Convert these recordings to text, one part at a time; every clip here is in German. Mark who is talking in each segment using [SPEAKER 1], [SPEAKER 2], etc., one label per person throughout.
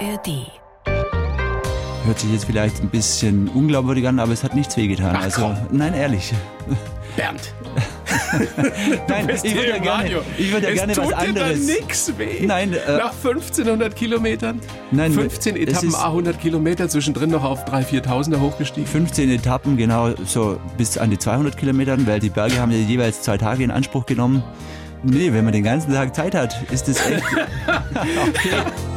[SPEAKER 1] ARD.
[SPEAKER 2] Hört sich jetzt vielleicht ein bisschen unglaubwürdig an, aber es hat nichts wehgetan.
[SPEAKER 3] Ach,
[SPEAKER 2] also,
[SPEAKER 3] komm.
[SPEAKER 2] nein, ehrlich.
[SPEAKER 3] Bernd.
[SPEAKER 2] Nein,
[SPEAKER 3] bist
[SPEAKER 2] ich würde
[SPEAKER 3] hier
[SPEAKER 2] ja
[SPEAKER 3] im
[SPEAKER 2] gerne,
[SPEAKER 3] Radio.
[SPEAKER 2] ich würde ja
[SPEAKER 3] es
[SPEAKER 2] gerne
[SPEAKER 3] tut
[SPEAKER 2] was anderes.
[SPEAKER 3] Dir dann nix weh.
[SPEAKER 2] Nein, äh,
[SPEAKER 3] Nach 1500 Kilometern?
[SPEAKER 2] Nein,
[SPEAKER 3] 15
[SPEAKER 2] es
[SPEAKER 3] Etappen,
[SPEAKER 2] ist-
[SPEAKER 3] 100 Kilometer, zwischendrin noch auf 3.000, 4.000er hochgestiegen.
[SPEAKER 2] 15 Etappen, genau so bis an die 200 Kilometern, weil die Berge haben ja jeweils zwei Tage in Anspruch genommen. Nee, wenn man den ganzen Tag Zeit hat, ist das echt.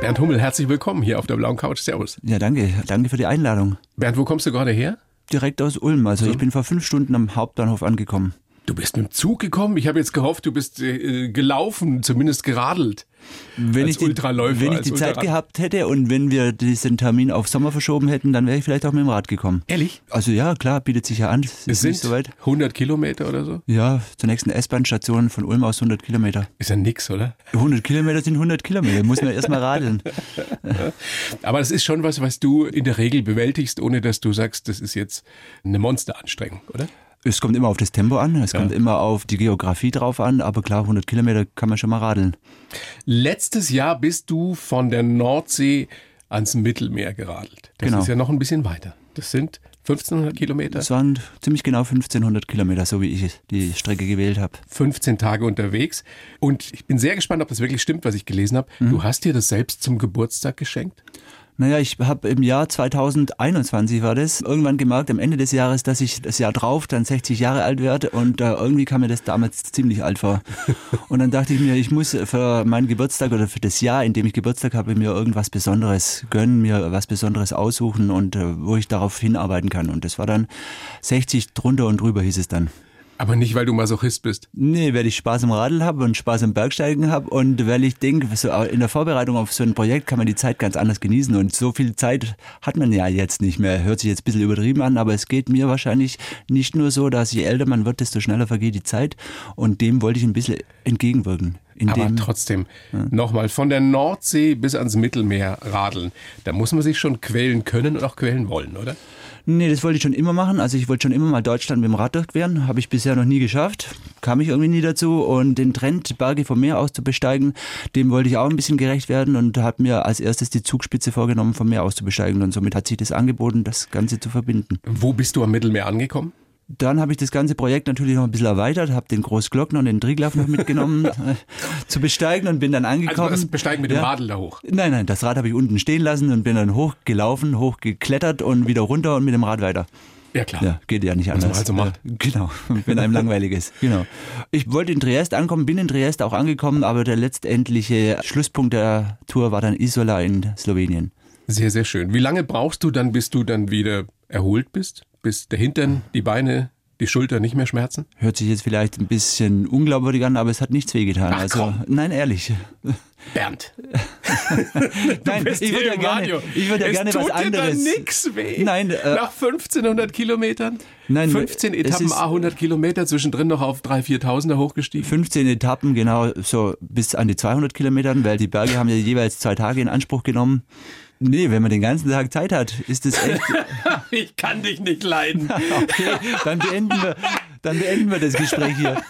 [SPEAKER 3] Bernd Hummel, herzlich willkommen hier auf der blauen Couch. Servus.
[SPEAKER 2] Ja, danke. Danke für die Einladung.
[SPEAKER 3] Bernd, wo kommst du gerade her?
[SPEAKER 2] Direkt aus Ulm. Also ich bin vor fünf Stunden am Hauptbahnhof angekommen.
[SPEAKER 3] Du bist mit dem Zug gekommen. Ich habe jetzt gehofft, du bist äh, gelaufen, zumindest geradelt.
[SPEAKER 2] Wenn
[SPEAKER 3] Als
[SPEAKER 2] ich die,
[SPEAKER 3] Ultraläufer,
[SPEAKER 2] wenn ich
[SPEAKER 3] als
[SPEAKER 2] die Zeit
[SPEAKER 3] Ultrarad-
[SPEAKER 2] gehabt hätte und wenn wir diesen Termin auf Sommer verschoben hätten, dann wäre ich vielleicht auch mit dem Rad gekommen.
[SPEAKER 3] Ehrlich?
[SPEAKER 2] Also ja, klar, bietet sich ja an. Es
[SPEAKER 3] Es
[SPEAKER 2] ist
[SPEAKER 3] sind
[SPEAKER 2] nicht so weit.
[SPEAKER 3] 100 Kilometer oder so.
[SPEAKER 2] Ja, zur nächsten S-Bahn-Station von Ulm aus 100 Kilometer.
[SPEAKER 3] Ist ja nix, oder?
[SPEAKER 2] 100 Kilometer sind 100 Kilometer, muss man erstmal radeln.
[SPEAKER 3] Aber das ist schon was, was du in der Regel bewältigst, ohne dass du sagst, das ist jetzt eine Monsteranstrengung, oder?
[SPEAKER 2] Es kommt immer auf das Tempo an, es kommt immer auf die Geografie drauf an, aber klar, 100 Kilometer kann man schon mal radeln.
[SPEAKER 3] Letztes Jahr bist du von der Nordsee ans Mittelmeer geradelt. Das
[SPEAKER 2] Genau.
[SPEAKER 3] ist ja noch ein bisschen weiter. Das sind 1500 Kilometer,
[SPEAKER 2] Es waren ziemlich genau 1500 Kilometer, so wie ich es- die Strecke gewählt habe.
[SPEAKER 3] 15 Tage unterwegs. Und ich bin sehr gespannt, ob das wirklich stimmt, was ich gelesen habe.
[SPEAKER 2] Mhm.
[SPEAKER 3] Du hast dir das selbst zum Geburtstag geschenkt?
[SPEAKER 2] Naja, ich habe im Jahr 2021 war das, irgendwann gemerkt am Ende des Jahres, dass ich das Jahr drauf dann 60 Jahre alt werde und äh, irgendwie kam mir das damals ziemlich alt vor. Und dann dachte ich mir, ich muss für meinen Geburtstag oder für das Jahr, in dem ich Geburtstag habe, mir irgendwas Besonderes gönnen, mir was Besonderes aussuchen und äh, wo ich darauf hinarbeiten kann. Und das war dann 60 drunter und drüber hieß es dann.
[SPEAKER 3] Aber nicht, weil du Masochist bist.
[SPEAKER 2] Nee, weil ich Spaß am Radeln habe und Spaß am Bergsteigen habe und weil ich denke, so in der Vorbereitung auf so ein Projekt kann man die Zeit ganz anders genießen und so viel Zeit hat man ja jetzt nicht mehr. Hört sich jetzt ein bisschen übertrieben an, aber es geht mir wahrscheinlich nicht nur so, dass je älter man wird, desto schneller vergeht die Zeit und dem wollte ich ein bisschen entgegenwirken.
[SPEAKER 3] Aber
[SPEAKER 2] Indem,
[SPEAKER 3] trotzdem, nochmal, von der Nordsee bis ans Mittelmeer radeln. Da muss man sich schon quälen können und auch quälen wollen, oder?
[SPEAKER 2] nee, das wollte ich schon immer machen. Also ich wollte schon immer mal Deutschland mit dem Rad durchqueren. Habe ich bisher noch nie geschafft. Kam ich irgendwie nie dazu. Und den Trend, Berge vom Meer aus zu besteigen, dem wollte ich auch ein bisschen gerecht werden und habe mir als erstes die Zugspitze vorgenommen, vom Meer aus zu besteigen. Und somit hat sich das angeboten, das Ganze zu verbinden.
[SPEAKER 3] Wo bist du am Mittelmeer angekommen?
[SPEAKER 2] Dann habe ich das ganze Projekt natürlich noch ein bisschen erweitert, habe den Großglockner und den Triglav noch mitgenommen äh, zu besteigen und bin dann
[SPEAKER 3] Also
[SPEAKER 2] angekommen.
[SPEAKER 3] das Besteigen mit dem
[SPEAKER 2] Ja.
[SPEAKER 3] Radl da hoch.
[SPEAKER 2] Nein, nein, das Rad habe ich unten stehen lassen und bin dann hochgelaufen, hochgeklettert und wieder runter und mit dem Rad weiter.
[SPEAKER 3] Ja klar.
[SPEAKER 2] Ja, geht ja nicht anders.
[SPEAKER 3] man halt so macht.
[SPEAKER 2] Ja, Genau, wenn einem langweilig ist. Genau. Ich wollte in Triest ankommen, bin in Triest auch angekommen, aber der letztendliche Schlusspunkt der Tour war dann Isola in Slowenien.
[SPEAKER 3] Sehr, sehr schön. Wie lange brauchst du dann, bis du dann wieder erholt bist? Bis der Hintern, die Beine, die Schulter nicht mehr schmerzen?
[SPEAKER 2] Hört sich jetzt vielleicht ein bisschen unglaubwürdig an, aber es hat nichts wehgetan.
[SPEAKER 3] Ach,
[SPEAKER 2] also,
[SPEAKER 3] komm.
[SPEAKER 2] nein, ehrlich.
[SPEAKER 3] Bernd.
[SPEAKER 2] Nein, ich würde ja gerne, ich würde ja gerne was anderes.
[SPEAKER 3] Dir dann nix weh.
[SPEAKER 2] Nein, äh,
[SPEAKER 3] Nach 1500 Kilometern?
[SPEAKER 2] Nein,
[SPEAKER 3] 15
[SPEAKER 2] es
[SPEAKER 3] Etappen,
[SPEAKER 2] ist-
[SPEAKER 3] a 100 Kilometer, zwischendrin noch auf 3.000, 4.000er hochgestiegen.
[SPEAKER 2] 15 Etappen, genau, so bis an die 200 Kilometern, weil die Berge haben ja jeweils zwei Tage in Anspruch genommen. Nee, wenn man den ganzen Tag Zeit hat, ist das echt.
[SPEAKER 3] Ich kann dich nicht leiden.
[SPEAKER 2] Okay, dann beenden wir, dann beenden wir das Gespräch hier.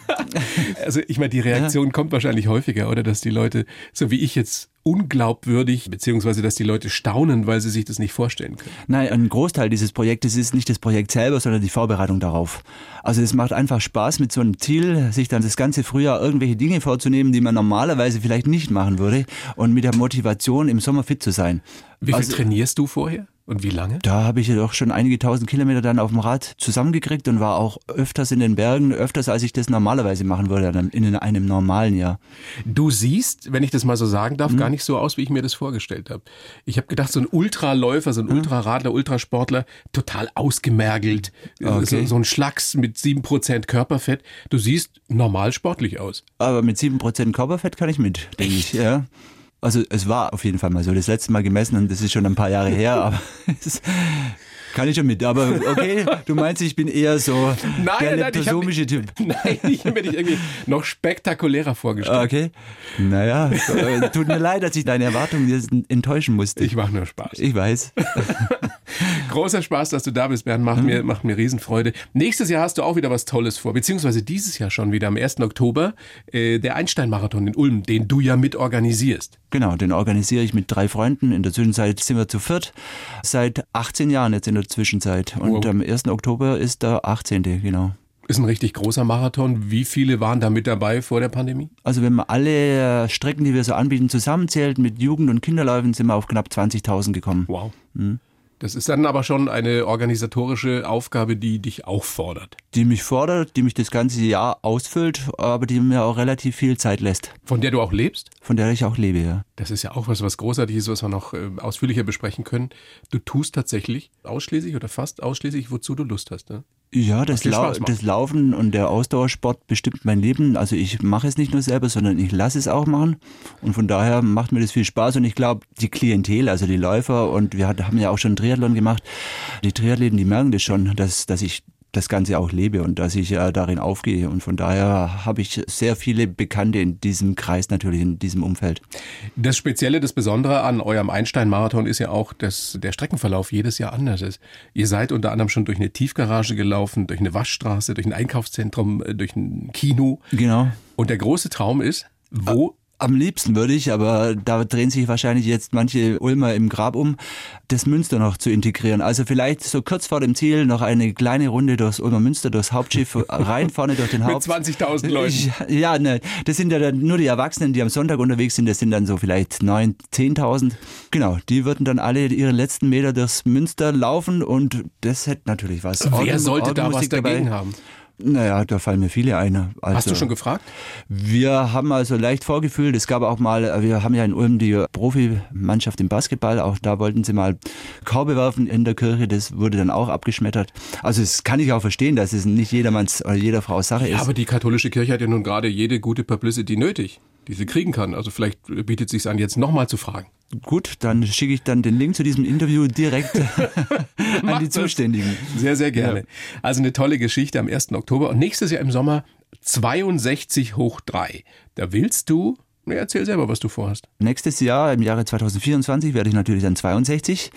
[SPEAKER 3] Also ich meine, die Reaktion kommt wahrscheinlich häufiger, oder? Dass die Leute, so wie ich jetzt, unglaubwürdig, beziehungsweise dass die Leute staunen, weil sie sich das nicht vorstellen können.
[SPEAKER 2] Nein, ein Großteil dieses Projektes ist nicht das Projekt selber, sondern die Vorbereitung darauf. Also es macht einfach Spaß mit so einem Ziel, sich dann das ganze Frühjahr irgendwelche Dinge vorzunehmen, die man normalerweise vielleicht nicht machen würde und mit der Motivation im Sommer fit zu sein.
[SPEAKER 3] Wie viel
[SPEAKER 2] Also-
[SPEAKER 3] trainierst du vorher und wie lange?
[SPEAKER 2] Da habe ich ja doch schon einige tausend Kilometer dann auf dem Rad zusammengekriegt und war auch öfters in den Bergen, öfters als ich das normalerweise machen würde, dann in einem normalen Jahr.
[SPEAKER 3] Du siehst, wenn ich das mal so sagen darf,
[SPEAKER 2] Mhm.
[SPEAKER 3] gar nicht so aus, wie ich mir das vorgestellt habe. Ich habe gedacht, so ein Ultraläufer,
[SPEAKER 2] Mhm.
[SPEAKER 3] so ein Ultraradler, Ultrasportler, total ausgemergelt. äh, So,
[SPEAKER 2] Okay.
[SPEAKER 3] so ein Schlacks mit 7% Körperfett. Du siehst normal sportlich aus.
[SPEAKER 2] Aber mit 7% Körperfett kann ich mit, denke ich. Ja. Also es war auf jeden Fall mal so. Das letzte Mal gemessen und das ist schon ein paar Jahre her, aber es kann ich schon mit. Aber okay, du meinst, ich bin eher so der leptosomische
[SPEAKER 3] ich hab,
[SPEAKER 2] Typ.
[SPEAKER 3] Nein, ich habe mir dich irgendwie noch spektakulärer vorgestellt.
[SPEAKER 2] Ah, Okay. Naja, äh, tut mir leid, dass ich deine Erwartungen jetzt enttäuschen musste.
[SPEAKER 3] Ich mache nur Spaß.
[SPEAKER 2] Ich weiß.
[SPEAKER 3] Großer Spaß, dass du da bist, Bernd.
[SPEAKER 2] Mhm.
[SPEAKER 3] Macht, mir, macht mir Riesenfreude. Nächstes Jahr hast du auch wieder was Tolles vor, beziehungsweise dieses Jahr schon wieder am 1. Oktober, äh, der Einstein-Marathon in Ulm, den du ja mit organisierst.
[SPEAKER 2] Genau, den organisiere ich mit drei Freunden. In der Zwischenzeit sind wir zu viert. Seit 18 Jahren jetzt in der Zwischenzeit. Und
[SPEAKER 3] Wow.
[SPEAKER 2] am 1. Oktober ist der 18. Genau.
[SPEAKER 3] Ist ein richtig großer Marathon. Wie viele waren da mit dabei vor der Pandemie?
[SPEAKER 2] Also wenn man alle äh, Strecken, die wir so anbieten, zusammenzählt mit Jugend- und Kinderläufen, sind wir auf knapp 20.000 gekommen.
[SPEAKER 3] Wow. Das ist dann aber schon eine organisatorische Aufgabe, die dich auch fordert.
[SPEAKER 2] Die mich fordert, die mich das ganze Jahr ausfüllt, aber die mir auch relativ viel Zeit lässt,
[SPEAKER 3] Von der du auch lebst?
[SPEAKER 2] von der ich auch lebe. Ja.
[SPEAKER 3] Das ist ja auch was, was großartig ist, was wir noch äh, ausführlicher besprechen können. Du tust tatsächlich ausschließlich oder fast ausschließlich, wozu du Lust hast. Ne?
[SPEAKER 2] Ja, das,
[SPEAKER 3] dir
[SPEAKER 2] Lau
[SPEAKER 3] Spaß macht.
[SPEAKER 2] das Laufen und der Ausdauersport bestimmt mein Leben. Also ich mache es nicht nur selber, sondern ich lasse es auch machen. Und von daher macht mir das viel Spaß. Und ich glaube, die Klientel, also die Läufer, und wir hat- haben ja auch schon Triathlon gemacht, die Triathleten, die merken das schon, dass, dass ich das Ganze auch lebe und dass ich äh, darin aufgehe. Und von daher habe ich sehr viele Bekannte in diesem Kreis natürlich, in diesem Umfeld.
[SPEAKER 3] Das Spezielle, das Besondere an eurem Einstein-Marathon ist ja auch, dass der Streckenverlauf jedes Jahr anders ist. Ihr seid unter anderem schon durch eine Tiefgarage gelaufen, durch eine Waschstraße, durch ein Einkaufszentrum, äh, durch ein Kino.
[SPEAKER 2] Genau.
[SPEAKER 3] Und der große Traum ist, wo
[SPEAKER 2] Am liebsten würde ich, aber da drehen sich wahrscheinlich jetzt manche Ulmer im Grab um, das Münster noch zu integrieren. Also vielleicht so kurz vor dem Ziel noch eine kleine Runde durchs Ulmer Münster, durchs Hauptschiff, rein vorne durch den
[SPEAKER 3] mit
[SPEAKER 2] Haupt.
[SPEAKER 3] 20.000 Leuten.
[SPEAKER 2] Ich- Ja, ne, das sind ja dann nur die Erwachsenen, die am Sonntag unterwegs sind, das sind dann so vielleicht 9.000, 10.000. Genau, die würden dann alle ihre letzten Meter durchs Münster laufen und das hätte natürlich was.
[SPEAKER 3] Wer
[SPEAKER 2] Orgel-
[SPEAKER 3] sollte da was
[SPEAKER 2] Orgelmusik Ah, dabei.
[SPEAKER 3] dagegen haben?
[SPEAKER 2] Naja, da fallen mir viele ein. Also,
[SPEAKER 3] Hast du schon gefragt?
[SPEAKER 2] wir haben also leicht vorgefühlt. Es gab auch mal, wir haben ja in Ulm die Profimannschaft im Basketball. Auch da wollten sie mal Körbe werfen in der Kirche. Das wurde dann auch abgeschmettert. Also das kann ich auch verstehen, dass es nicht jedermanns oder jeder Frau Sache ist.
[SPEAKER 3] Aber die katholische Kirche hat ja nun gerade jede gute Publicity nötig, die sie kriegen kann. Also vielleicht bietet es sich an, jetzt nochmal zu fragen.
[SPEAKER 2] Gut, dann schicke ich dann den Link zu diesem Interview direkt an
[SPEAKER 3] Mach
[SPEAKER 2] die
[SPEAKER 3] das.
[SPEAKER 2] Zuständigen.
[SPEAKER 3] Sehr, sehr gerne. Also eine tolle Geschichte am 1. Oktober und nächstes Jahr im Sommer 62 hoch 3. Da willst du, na, erzähl selber, was du vorhast.
[SPEAKER 2] Nächstes Jahr, im Jahre 2024, werde ich natürlich dann 62.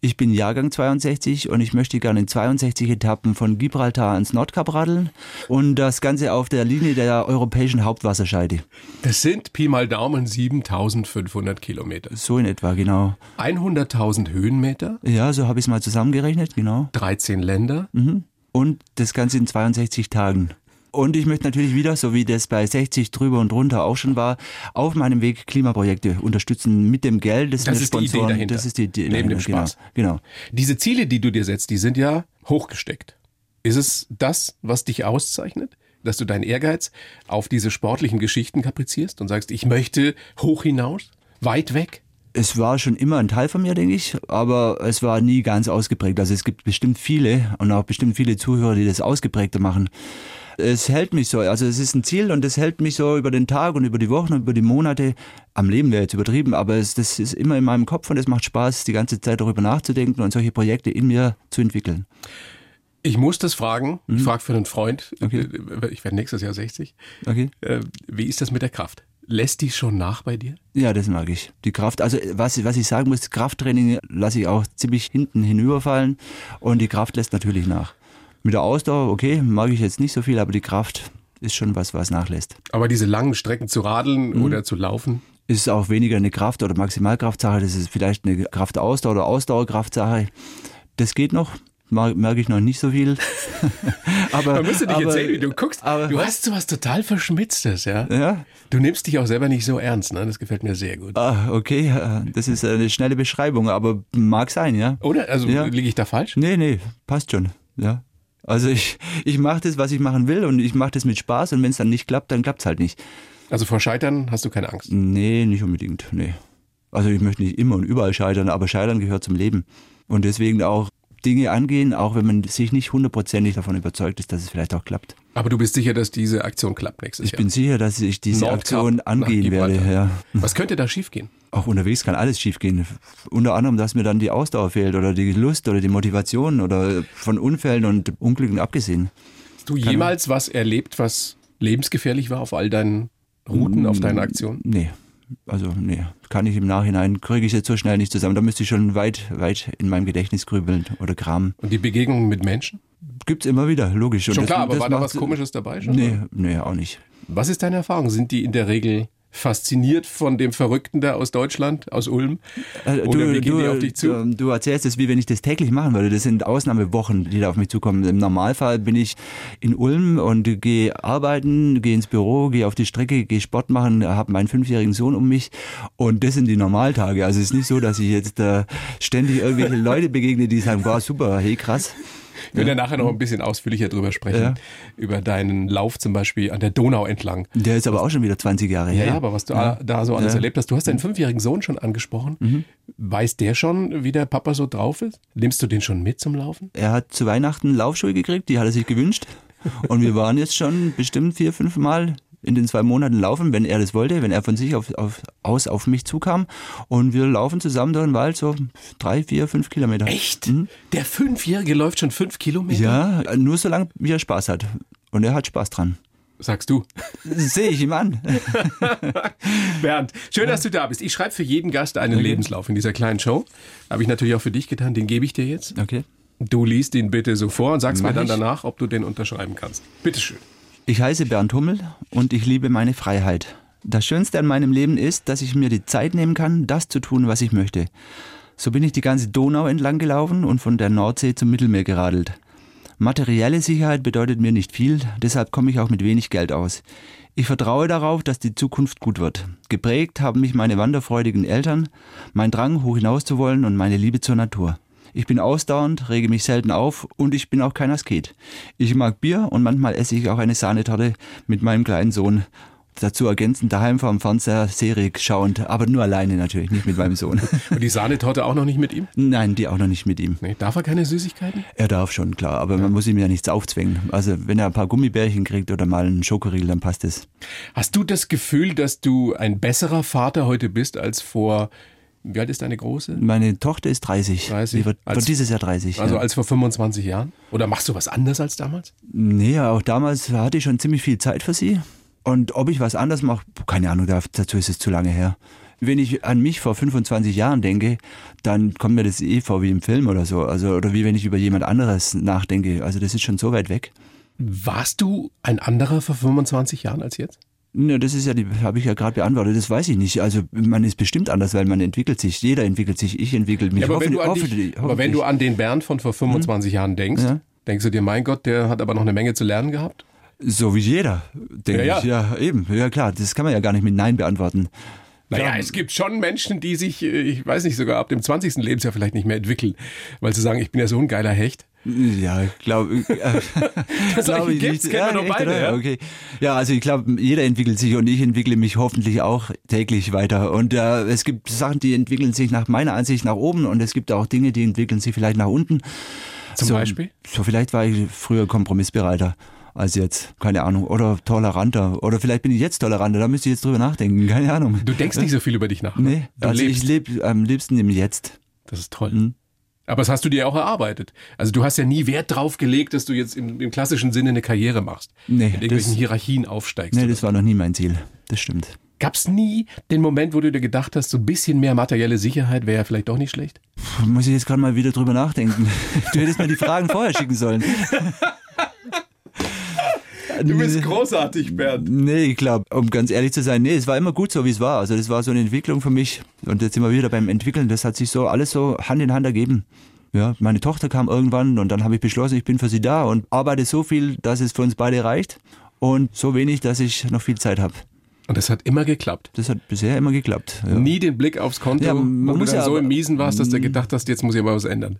[SPEAKER 2] Ich bin Jahrgang 62 und ich möchte gerne in 62 Etappen von Gibraltar ans Nordkap radeln und das Ganze auf der Linie der europäischen Hauptwasserscheide.
[SPEAKER 3] Das sind Pi mal Daumen 7500 Kilometer.
[SPEAKER 2] So in etwa, genau.
[SPEAKER 3] 100.000 Höhenmeter,
[SPEAKER 2] Ja, so habe ich es mal zusammengerechnet, genau.
[SPEAKER 3] 13 Länder.
[SPEAKER 2] Mhm. Und das Ganze in 62 Tagen. Und ich möchte natürlich wieder, so wie das bei 60 drüber und drunter auch schon war, auf meinem Weg Klimaprojekte unterstützen mit dem Geld, das,
[SPEAKER 3] Das
[SPEAKER 2] wir
[SPEAKER 3] ist die Idee
[SPEAKER 2] sponsoren.
[SPEAKER 3] dahinter.
[SPEAKER 2] Das ist die Idee
[SPEAKER 3] Neben dem
[SPEAKER 2] dahinter, genau.
[SPEAKER 3] Spaß.
[SPEAKER 2] Genau.
[SPEAKER 3] Diese Ziele, die du dir setzt, die sind ja hochgesteckt. Ist es das, was dich auszeichnet? Dass du deinen Ehrgeiz auf diese sportlichen Geschichten kaprizierst und sagst, ich möchte hoch hinaus, weit weg?
[SPEAKER 2] Es war schon immer ein Teil von mir, denke ich, aber es war nie ganz ausgeprägt. Also es gibt bestimmt viele und auch bestimmt viele Zuhörer, die das ausgeprägter machen. Es hält mich so, also es ist ein Ziel und es hält mich so über den Tag und über die Wochen und über die Monate. Am Leben wäre jetzt übertrieben, aber es, das ist immer in meinem Kopf und es macht Spaß, die ganze Zeit darüber nachzudenken und solche Projekte in mir zu entwickeln.
[SPEAKER 3] Ich muss das fragen. Ich frage für einen Freund. Äh,
[SPEAKER 2] Okay.
[SPEAKER 3] Ich werde nächstes Jahr 60.
[SPEAKER 2] Okay?
[SPEAKER 3] Äh, Wie ist das mit der Kraft? Lässt die schon nach bei dir?
[SPEAKER 2] Ja, das mag ich. Die Kraft, also was, was ich sagen muss, Krafttraining lasse ich auch ziemlich hinten hinüberfallen und die Kraft lässt natürlich nach. Mit der Ausdauer, okay, mag ich jetzt nicht so viel, aber die Kraft ist schon was, was nachlässt.
[SPEAKER 3] Aber diese langen Strecken zu radeln oder zu laufen,
[SPEAKER 2] Ist auch weniger eine Kraft- oder Maximalkraftsache, das ist vielleicht eine Kraftausdauer oder Ausdauerkraftsache. Das geht noch, mag- merke ich noch nicht so viel. aber,
[SPEAKER 3] man müsste dich
[SPEAKER 2] aber-
[SPEAKER 3] erzählen, wie du guckst.
[SPEAKER 2] aber-
[SPEAKER 3] du hast sowas total Verschmitztes, ja?
[SPEAKER 2] Ja.
[SPEAKER 3] Du nimmst dich auch selber nicht so ernst, ne? Das gefällt mir sehr gut.
[SPEAKER 2] Ah, okay, äh, das ist eine schnelle Beschreibung, aber mag sein, ja.
[SPEAKER 3] Oder? Also
[SPEAKER 2] Ja.
[SPEAKER 3] liege ich da falsch?
[SPEAKER 2] Nee, nee, passt schon. Ja. Also ich, ich mache das, was ich machen will und ich mache das mit Spaß und wenn es dann nicht klappt, dann klappt es halt nicht.
[SPEAKER 3] Also vor Scheitern hast du keine Angst.
[SPEAKER 2] Nee, nicht unbedingt. Nee. Also ich möchte nicht immer und überall scheitern, aber scheitern gehört zum Leben. Und deswegen auch Dinge angehen, auch wenn man sich nicht hundertprozentig davon überzeugt ist, dass es vielleicht auch klappt.
[SPEAKER 3] Aber du bist sicher, dass diese Aktion klappt nächstes
[SPEAKER 2] Ich
[SPEAKER 3] Jahr?
[SPEAKER 2] bin sicher, dass ich diese
[SPEAKER 3] Nordkap
[SPEAKER 2] Aktion
[SPEAKER 3] nach
[SPEAKER 2] angehen werde.
[SPEAKER 3] Gibraltar.
[SPEAKER 2] Ja.
[SPEAKER 3] Was könnte da schiefgehen?
[SPEAKER 2] Auch unterwegs kann alles schiefgehen. Unter anderem, dass mir dann die Ausdauer fehlt oder die Lust oder die Motivation oder von Unfällen und Unglücken abgesehen.
[SPEAKER 3] Hast du jemals was erlebt, was lebensgefährlich war auf all deinen Routen, auf
[SPEAKER 2] Mm.
[SPEAKER 3] deinen Aktionen?
[SPEAKER 2] Nee. Also, nee, kann ich im Nachhinein, kriege ich jetzt so schnell nicht zusammen. Da müsste ich schon weit, weit in meinem Gedächtnis grübeln oder kramen.
[SPEAKER 3] Und die Begegnungen mit Menschen?
[SPEAKER 2] Gibt's immer wieder, logisch. Und
[SPEAKER 3] Schon
[SPEAKER 2] das-
[SPEAKER 3] klar, aber
[SPEAKER 2] das
[SPEAKER 3] war da
[SPEAKER 2] macht-
[SPEAKER 3] was Komisches dabei schon?
[SPEAKER 2] Nee, nee, auch nicht.
[SPEAKER 3] Was ist deine Erfahrung? Sind die in der Regel fasziniert von dem Verrückten da aus Deutschland, aus Ulm?
[SPEAKER 2] Äh,
[SPEAKER 3] Oder wie gehen die auf dich zu?
[SPEAKER 2] ähm, Du, erzählst es, wie wenn ich das täglich machen würde. Das sind Ausnahmewochen, die da auf mich zukommen. Im Normalfall bin ich in Ulm und gehe arbeiten, gehe ins Büro, gehe auf die Strecke, gehe Sport machen, habe meinen fünfjährigen Sohn um mich. Und das sind die Normaltage. Also es ist nicht so, dass ich jetzt äh, ständig irgendwelche Leute begegne, die sagen, wow, super, hey, krass.
[SPEAKER 3] Wir werden ja nachher noch ein bisschen ausführlicher drüber sprechen.
[SPEAKER 2] Ja.
[SPEAKER 3] Über deinen Lauf zum Beispiel an der Donau entlang.
[SPEAKER 2] Der ist aber auch schon wieder 20 Jahre
[SPEAKER 3] Ja,
[SPEAKER 2] her.
[SPEAKER 3] ja, Mhm. aber was du a- da so alles
[SPEAKER 2] Ja.
[SPEAKER 3] erlebt hast, du hast deinen fünfjährigen Sohn schon angesprochen. Weiß der schon, wie der Papa so drauf ist? Nimmst du den schon mit zum Laufen?
[SPEAKER 2] Er hat zu Weihnachten Laufschuhe gekriegt, die hat er sich gewünscht. Und wir waren jetzt schon bestimmt vier, fünf Mal in den zwei Monaten laufen, wenn er das wollte, wenn er von sich auf, auf, aus auf mich zukam. Und wir laufen zusammen durch den Wald so drei, vier, fünf Kilometer. Hm?
[SPEAKER 3] Echt? Der Fünfjährige läuft schon fünf Kilometer?
[SPEAKER 2] Ja, nur solange wie er Spaß hat. Und er hat Spaß dran.
[SPEAKER 3] Sagst du.
[SPEAKER 2] Das Sehe ich ihm an.
[SPEAKER 3] Bernd, schön, dass du da bist. Ich schreibe für jeden Gast einen Lebenslauf in dieser kleinen Show. Habe ich natürlich auch für dich getan, den gebe ich dir jetzt.
[SPEAKER 2] Okay.
[SPEAKER 3] Du liest ihn bitte so vor und sagst mir
[SPEAKER 2] Mach
[SPEAKER 3] dann
[SPEAKER 2] ich.
[SPEAKER 3] danach, ob du den unterschreiben kannst. Bitteschön.
[SPEAKER 2] Ich heiße Bernd Hummel und ich liebe meine Freiheit. Das Schönste an meinem Leben ist, dass ich mir die Zeit nehmen kann, das zu tun, was ich möchte. So bin ich die ganze Donau entlang gelaufen und von der Nordsee zum Mittelmeer geradelt. Materielle Sicherheit bedeutet mir nicht viel, deshalb komme ich auch mit wenig Geld aus. Ich vertraue darauf, dass die Zukunft gut wird. Geprägt haben mich meine wanderfreudigen Eltern, mein Drang, hoch hinaus zu wollen und meine Liebe zur Natur. Ich bin ausdauernd, rege mich selten auf und ich bin auch kein Asket. Ich mag Bier und manchmal esse ich auch eine Sahnetorte mit meinem kleinen Sohn. Dazu ergänzend daheim vorm Fernseher Serie schauend, aber nur alleine natürlich, nicht mit meinem Sohn.
[SPEAKER 3] Und die Sahnetorte auch noch nicht mit ihm?
[SPEAKER 2] Nein, die auch noch nicht mit ihm.
[SPEAKER 3] Nee, darf er keine Süßigkeiten?
[SPEAKER 2] Er darf schon, klar, aber man muss ihm ja nichts aufzwängen. Also wenn er ein paar Gummibärchen kriegt oder mal einen Schokoriegel, dann passt es.
[SPEAKER 3] Hast du das Gefühl, dass du ein besserer Vater heute bist als vor, wie alt ist deine Große?
[SPEAKER 2] Meine Tochter ist 30.
[SPEAKER 3] 30?
[SPEAKER 2] Sie wird,
[SPEAKER 3] Als-
[SPEAKER 2] wird dieses Jahr 30.
[SPEAKER 3] Also
[SPEAKER 2] ja.
[SPEAKER 3] als vor 25 Jahren? Oder machst du was anders als damals?
[SPEAKER 2] Nee, auch damals hatte ich schon ziemlich viel Zeit für sie. Und ob ich was anders mache, keine Ahnung, da- dazu ist es zu lange her. Wenn ich an mich vor 25 Jahren denke, dann kommt mir das eh vor wie im Film oder so. Also, oder wie wenn ich über jemand anderes nachdenke. Also das ist schon so weit weg.
[SPEAKER 3] Warst du ein anderer vor 25 Jahren als jetzt?
[SPEAKER 2] Na, das ist ja, die habe ich ja gerade beantwortet. Das weiß ich nicht. Also man ist bestimmt anders, weil man entwickelt sich. Jeder entwickelt sich. Ich entwickle mich.
[SPEAKER 3] Ja, aber, wenn du,
[SPEAKER 2] Hoffentlich-
[SPEAKER 3] an dich,
[SPEAKER 2] hoffentlich-
[SPEAKER 3] aber wenn du
[SPEAKER 2] hoffentlich. Mhm.
[SPEAKER 3] an den Bernd von vor 25 Jahren denkst,
[SPEAKER 2] Ja.
[SPEAKER 3] denkst du dir, mein Gott, der hat aber noch eine Menge zu lernen gehabt?
[SPEAKER 2] so wie jeder, denke
[SPEAKER 3] Ja,
[SPEAKER 2] ich. Ja, eben. Ja klar, das kann man ja gar nicht mit Nein beantworten.
[SPEAKER 3] Naja, es gibt schon Menschen, die sich, äh, ich weiß nicht, sogar ab dem 20. Lebensjahr vielleicht nicht mehr entwickeln, weil sie sagen, ich bin ja so ein geiler Hecht.
[SPEAKER 2] Ja, glaube äh, glaub
[SPEAKER 3] solche
[SPEAKER 2] ich
[SPEAKER 3] gibt's,
[SPEAKER 2] nicht.
[SPEAKER 3] kennen wir doch
[SPEAKER 2] echt,
[SPEAKER 3] beide,
[SPEAKER 2] oder?
[SPEAKER 3] ja.
[SPEAKER 2] Okay. ja, also ich glaube, jeder entwickelt sich und ich entwickle mich hoffentlich auch täglich weiter. Und äh, es gibt Sachen, die entwickeln sich nach meiner Ansicht nach oben und es gibt auch Dinge, die entwickeln sich vielleicht nach unten.
[SPEAKER 3] Zum
[SPEAKER 2] so,
[SPEAKER 3] Beispiel?
[SPEAKER 2] So vielleicht war ich früher kompromissbereiter als jetzt, keine Ahnung. Oder toleranter. Oder vielleicht bin ich jetzt toleranter, da müsste ich jetzt drüber nachdenken, keine Ahnung.
[SPEAKER 3] Du denkst nicht so viel über dich nach. ne?
[SPEAKER 2] nee,
[SPEAKER 3] du
[SPEAKER 2] also
[SPEAKER 3] lebst.
[SPEAKER 2] ich lebe am liebsten im Jetzt.
[SPEAKER 3] Das ist toll.
[SPEAKER 2] Mhm.
[SPEAKER 3] Aber das hast du dir auch erarbeitet. Also du hast ja nie Wert drauf gelegt, dass du jetzt im, im klassischen Sinne eine Karriere machst.
[SPEAKER 2] Nee,
[SPEAKER 3] in irgendwelchen
[SPEAKER 2] das-
[SPEAKER 3] Hierarchien aufsteigst.
[SPEAKER 2] Nee, das war noch nie mein Ziel. Das stimmt.
[SPEAKER 3] Gab es nie den Moment, wo du dir gedacht hast, so ein bisschen mehr materielle Sicherheit wäre ja vielleicht doch nicht schlecht?
[SPEAKER 2] Puh, muss ich jetzt gerade mal wieder drüber nachdenken. Du hättest mir die Fragen vorher schicken sollen.
[SPEAKER 3] Du bist großartig, Bernd.
[SPEAKER 2] Nee, ich glaube, um ganz ehrlich zu sein, nee, es war immer gut so, wie es war. Also das war so eine Entwicklung für mich. Und jetzt sind wir wieder beim Entwickeln. Das hat sich so alles so Hand in Hand ergeben. Ja, meine Tochter kam irgendwann und dann habe ich beschlossen, ich bin für sie da und arbeite so viel, dass es für uns beide reicht und so wenig, dass ich noch viel Zeit habe.
[SPEAKER 3] Und das hat immer geklappt.
[SPEAKER 2] Das hat bisher immer geklappt. Ja.
[SPEAKER 3] Nie den Blick aufs Konto,
[SPEAKER 2] Ja, man
[SPEAKER 3] wo du
[SPEAKER 2] muss
[SPEAKER 3] dann
[SPEAKER 2] ja
[SPEAKER 3] so
[SPEAKER 2] aber-
[SPEAKER 3] im Miesen warst, dass du gedacht hast, jetzt muss ich aber was ändern.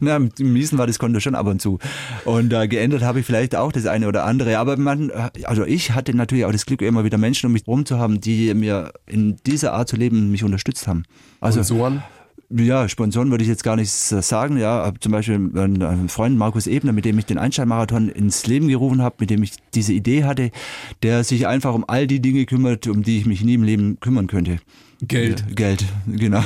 [SPEAKER 2] Na, im Miesen war das Konto schon ab und zu. Und äh, geändert habe ich vielleicht auch das eine oder andere. Aber man, äh, also ich hatte natürlich auch das Glück, immer wieder Menschen um mich rum zu haben, die mir in dieser Art zu leben mich unterstützt haben. Also
[SPEAKER 3] Und so an.
[SPEAKER 2] ja, Sponsoren würde ich jetzt gar nicht sagen. Ja, hab zum Beispiel einen Freund Markus Ebner, mit dem ich den Einstein-Marathon ins Leben gerufen habe, mit dem ich diese Idee hatte, der sich einfach um all die Dinge kümmert, um die ich mich nie im Leben kümmern könnte.
[SPEAKER 3] Geld.
[SPEAKER 2] Ja, Geld, genau.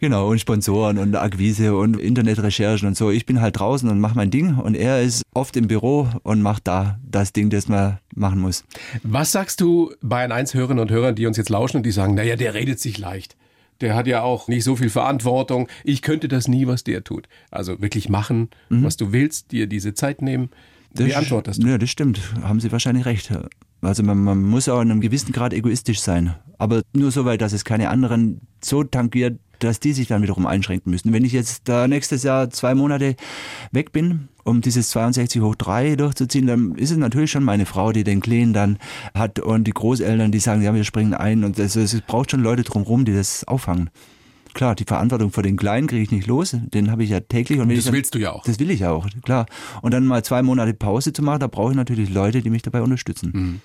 [SPEAKER 2] Genau, und Sponsoren und Akquise und Internetrecherchen und so. Ich bin halt draußen und mache mein Ding und er ist oft im Büro und macht da das Ding, das man machen muss.
[SPEAKER 3] Was sagst du Bayern 1 Hörerinnen und Hörern, die uns jetzt lauschen und die sagen, naja, der redet sich leicht. Der hat ja auch nicht so viel Verantwortung. Ich könnte das nie, was der tut. Also wirklich machen, was du willst, dir diese Zeit nehmen. Wie antwortest du?
[SPEAKER 2] Ja, das stimmt. Haben Sie wahrscheinlich recht. Also man, man muss auch in einem gewissen Grad egoistisch sein. Aber nur so weit, dass es keine anderen so tangiert, dass die sich dann wiederum einschränken müssen. Wenn ich jetzt da nächstes Jahr zwei Monate weg bin, um dieses 62 hoch 3 durchzuziehen, dann ist es natürlich schon meine Frau, die den Kleen dann hat und die Großeltern, die sagen, ja, wir springen ein. Und es, es braucht schon Leute drumherum, die das auffangen. Klar, die Verantwortung für den Kleinen kriege ich nicht los, den habe ich ja täglich. Und wenn ich
[SPEAKER 3] Das
[SPEAKER 2] dann,
[SPEAKER 3] willst du ja auch.
[SPEAKER 2] das will ich auch, klar. Und dann mal zwei Monate Pause zu machen, da brauche ich natürlich Leute, die mich dabei unterstützen.
[SPEAKER 3] Mhm.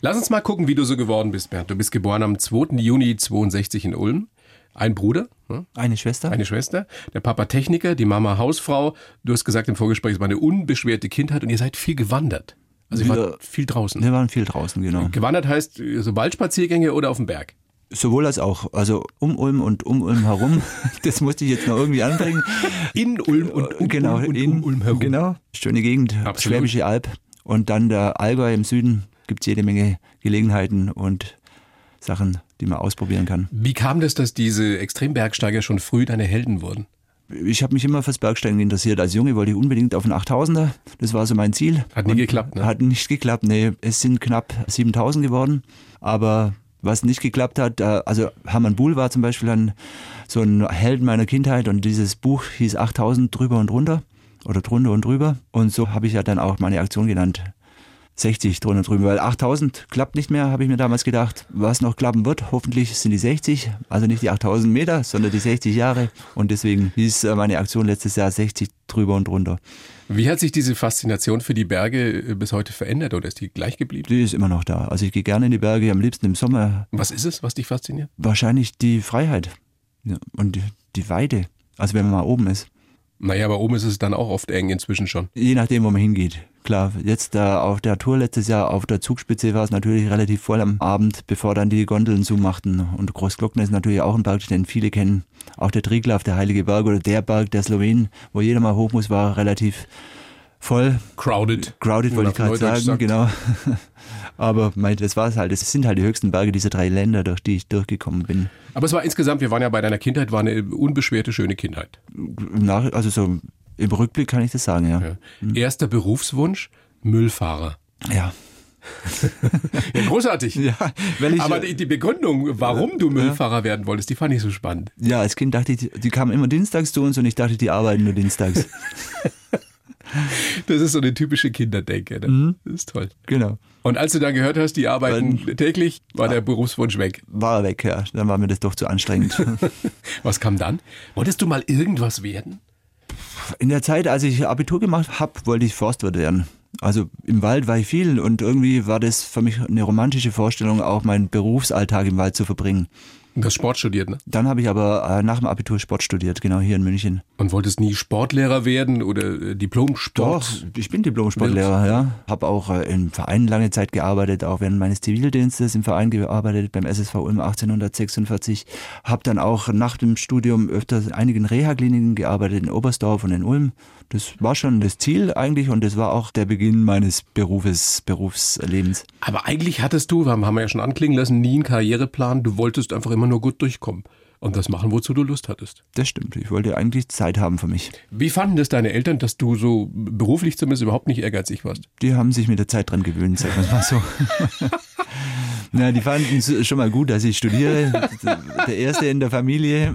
[SPEAKER 3] Lass uns mal gucken, wie du so geworden bist, Bernd. Du bist geboren am 2. Juni 62 in Ulm. Ein Bruder, ne?
[SPEAKER 2] Eine Schwester?
[SPEAKER 3] eine Schwester, der Papa Techniker, die Mama Hausfrau. Du hast gesagt im Vorgespräch, es war eine unbeschwerte Kindheit und ihr seid viel gewandert. Also ihr
[SPEAKER 2] Wir-
[SPEAKER 3] wart viel draußen.
[SPEAKER 2] Wir waren viel draußen, genau.
[SPEAKER 3] Gewandert heißt äh, so Waldspaziergänge oder auf dem Berg.
[SPEAKER 2] Sowohl als auch. Also um Ulm und um Ulm herum. Das musste ich jetzt noch irgendwie anbringen.
[SPEAKER 3] In Ulm und um
[SPEAKER 2] genau,
[SPEAKER 3] Ulm und
[SPEAKER 2] in,
[SPEAKER 3] um Ulm herum.
[SPEAKER 2] Genau. Schöne Gegend,
[SPEAKER 3] Absolut.
[SPEAKER 2] Schwäbische Alb. Und dann der Allgäu im Süden gibt es jede Menge Gelegenheiten und Sachen, die man ausprobieren kann.
[SPEAKER 3] Wie kam das, dass diese Extrembergsteiger schon früh deine Helden wurden?
[SPEAKER 2] Ich habe mich immer fürs Bergsteigen interessiert. Als Junge wollte ich unbedingt auf den 8000er. Das war so mein Ziel.
[SPEAKER 3] Hat nie
[SPEAKER 2] Und
[SPEAKER 3] geklappt, ne?
[SPEAKER 2] Hat nicht geklappt, nee. Es sind knapp 7000 geworden. Aber was nicht geklappt hat, äh, also Hermann Buhl war zum Beispiel ein, so ein Held meiner Kindheit und dieses Buch hieß 8000 drüber und runter oder drunter und drüber. Und so habe ich ja dann auch meine Aktion genannt. 60 drunter und drüber, weil 8000 klappt nicht mehr, habe ich mir damals gedacht. Was noch klappen wird, hoffentlich sind die 60, also nicht die 8000 Meter, sondern die 60 Jahre. Und deswegen hieß äh, meine Aktion letztes Jahr 60 drüber und runter.
[SPEAKER 3] Wie hat sich diese Faszination für die Berge äh, bis heute verändert oder ist die gleich geblieben?
[SPEAKER 2] Die ist immer noch da. Also ich gehe gerne in die Berge, am liebsten im Sommer.
[SPEAKER 3] Was ist es, was dich fasziniert?
[SPEAKER 2] Wahrscheinlich die Freiheit ja, und die, die Weite. Also wenn man mal oben ist.
[SPEAKER 3] Naja, aber oben ist es dann auch oft eng inzwischen schon.
[SPEAKER 2] Je nachdem, wo man hingeht. Klar, jetzt äh, auf der Tour letztes Jahr auf der Zugspitze war es natürlich relativ voll am Abend, bevor dann die Gondeln zumachten. Und Großglockner ist natürlich auch ein Berg, den viele kennen. Auch der Triglav, der Heilige Berg oder der Berg der Slowenen, wo jeder mal hoch muss, war relativ voll.
[SPEAKER 3] Crowded.
[SPEAKER 2] Crowded wollte ich
[SPEAKER 3] Wie man
[SPEAKER 2] gerade
[SPEAKER 3] auf
[SPEAKER 2] sagen,
[SPEAKER 3] Neudeutsch sagt.
[SPEAKER 2] genau. Aber mein, das war's halt. Es sind halt die höchsten Berge dieser drei Länder, durch die ich durchgekommen bin.
[SPEAKER 3] Aber es war insgesamt, wir waren ja bei deiner Kindheit, war eine unbeschwerte, schöne Kindheit.
[SPEAKER 2] Im Nach also so im Rückblick kann ich das sagen, ja.
[SPEAKER 3] Ja. Erster Berufswunsch, Müllfahrer.
[SPEAKER 2] Ja,
[SPEAKER 3] Ja, großartig.
[SPEAKER 2] ja. weil ich,
[SPEAKER 3] Aber die, die Begründung, warum du Müllfahrer werden wolltest, die fand ich so spannend.
[SPEAKER 2] Ja, als Kind dachte ich, die- die kamen immer dienstags zu uns und ich dachte, die arbeiten nur dienstags.
[SPEAKER 3] Das ist so eine typische Kinderdenke. Ne? Das ist toll.
[SPEAKER 2] genau.
[SPEAKER 3] Und als du dann gehört hast, die arbeiten täglich, war der Berufswunsch weg.
[SPEAKER 2] War er weg, ja. Dann war mir das doch zu anstrengend.
[SPEAKER 3] Was kam dann? Wolltest du mal irgendwas werden?
[SPEAKER 2] In der Zeit, als ich Abitur gemacht habe, wollte ich Forstwirt werden. Also im Wald war ich viel und irgendwie war das für mich eine romantische Vorstellung, auch meinen Berufsalltag im Wald zu verbringen.
[SPEAKER 3] Du hast Sport studiert, ne?
[SPEAKER 2] Dann habe ich aber äh, nach dem Abitur Sport studiert, genau hier in München.
[SPEAKER 3] Und wolltest nie Sportlehrer werden oder äh, Diplom-Sport?
[SPEAKER 2] ich bin Diplom-Sportlehrer, ja. Habe auch äh, im Verein lange Zeit gearbeitet, auch während meines Zivildienstes im Verein gearbeitet, beim SSV Ulm 1846. Habe dann auch nach dem Studium öfters in einigen Reha-Kliniken gearbeitet, in Oberstdorf und in Ulm. Das war schon das Ziel eigentlich und das war auch der Beginn meines Berufes, Berufslebens.
[SPEAKER 3] Aber eigentlich hattest du, haben haben wir ja schon anklingen lassen, nie einen Karriereplan. Du wolltest einfach immer nur gut durchkommen und das machen, wozu du Lust hattest.
[SPEAKER 2] Das stimmt, ich wollte eigentlich Zeit haben für mich.
[SPEAKER 3] Wie fanden das deine Eltern, dass du so beruflich zumindest überhaupt nicht ehrgeizig warst?
[SPEAKER 2] Die haben sich mit der Zeit dran gewöhnt, sagen wir mal so. Na, die fanden es schon mal gut, dass ich studiere. Der Erste in der Familie.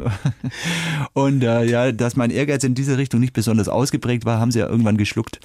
[SPEAKER 2] Und äh, ja, dass mein Ehrgeiz in diese Richtung nicht besonders ausgeprägt war, haben sie ja irgendwann geschluckt.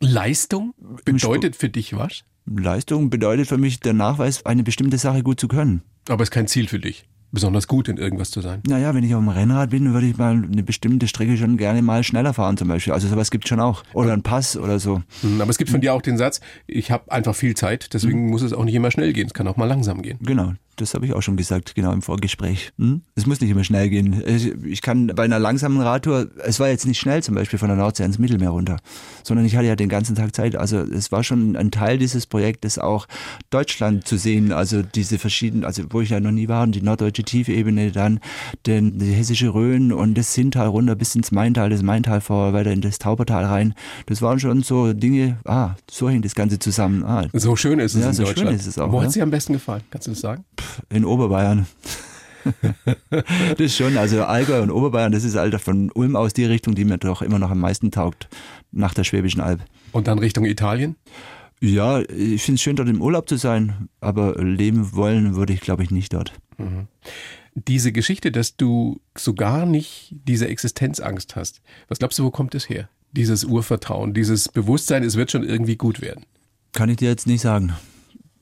[SPEAKER 3] Leistung bedeutet
[SPEAKER 2] bedeutet
[SPEAKER 3] für dich was,
[SPEAKER 2] Leistung bedeutet für mich der Nachweis, eine bestimmte Sache gut zu können.
[SPEAKER 3] aber ist kein Ziel für dich. besonders gut in irgendwas zu sein.
[SPEAKER 2] Naja, wenn ich auf dem Rennrad bin, würde ich mal eine bestimmte Strecke schon gerne mal schneller fahren zum Beispiel. Also sowas gibt schon auch. Oder ein Pass oder so.
[SPEAKER 3] Mhm, Aber es gibt von dir auch den Satz, ich habe einfach viel Zeit, deswegen
[SPEAKER 2] Mhm.
[SPEAKER 3] muss es auch nicht immer schnell gehen, es kann auch mal langsam gehen.
[SPEAKER 2] Genau, das habe ich auch schon gesagt, genau im Vorgespräch. Hm? Es muss nicht immer schnell gehen. Ich, ich kann bei einer langsamen Radtour, es war jetzt nicht schnell zum Beispiel von der Nordsee ins Mittelmeer runter, sondern ich hatte ja den ganzen Tag Zeit. Also es war schon ein Teil dieses Projektes auch Deutschland zu sehen. Also diese verschiedenen, also wo ich ja noch nie war, und die norddeutsche Tiefebene, dann den, die hessische Rhön und das Sinntal runter bis ins Maintal, das Maintal vor, weiter in das Taubertal rein. Das waren schon so Dinge, ah, so hängt das Ganze zusammen. Ah,
[SPEAKER 3] So schön ist es
[SPEAKER 2] Ja,
[SPEAKER 3] in
[SPEAKER 2] so schön
[SPEAKER 3] Deutschland.
[SPEAKER 2] ist es auch, ne?
[SPEAKER 3] Wo
[SPEAKER 2] ja.
[SPEAKER 3] hat sie am besten gefallen? Kannst du das sagen?
[SPEAKER 2] in Oberbayern. das schon, also Allgäu und Oberbayern, das ist halt von Ulm aus die Richtung, die mir doch immer noch am meisten taugt, nach der Schwäbischen Alb.
[SPEAKER 3] Und dann Richtung Italien?
[SPEAKER 2] Ja, ich finde es schön, dort im Urlaub zu sein, aber leben wollen würde ich, glaube ich, nicht dort.
[SPEAKER 3] Diese Geschichte, dass du so gar nicht diese Existenzangst hast. Was glaubst du, wo kommt es her? Dieses Urvertrauen, dieses Bewusstsein, es wird schon irgendwie gut werden.
[SPEAKER 2] Kann ich dir jetzt nicht sagen.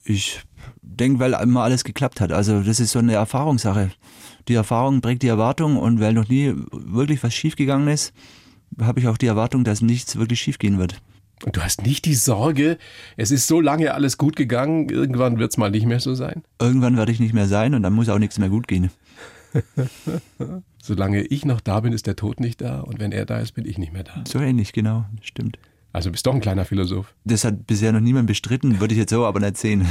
[SPEAKER 2] Ich denke, weil immer alles geklappt hat. Also das ist so eine Erfahrungssache. Die Erfahrung prägt die Erwartung und weil noch nie wirklich was schiefgegangen ist, habe ich auch die Erwartung, dass nichts wirklich schiefgehen wird.
[SPEAKER 3] Und du hast nicht die Sorge, es ist so lange alles gut gegangen, irgendwann wird es mal nicht mehr so sein.
[SPEAKER 2] Irgendwann werde ich nicht mehr sein und dann muss auch nichts mehr gut gehen.
[SPEAKER 3] Solange ich noch da bin, ist der Tod nicht da und wenn er da ist, bin ich nicht mehr da.
[SPEAKER 2] So ähnlich, genau, stimmt.
[SPEAKER 3] Also bist doch ein kleiner Philosoph.
[SPEAKER 2] Das hat bisher noch niemand bestritten, würde ich jetzt so aber nicht sehen.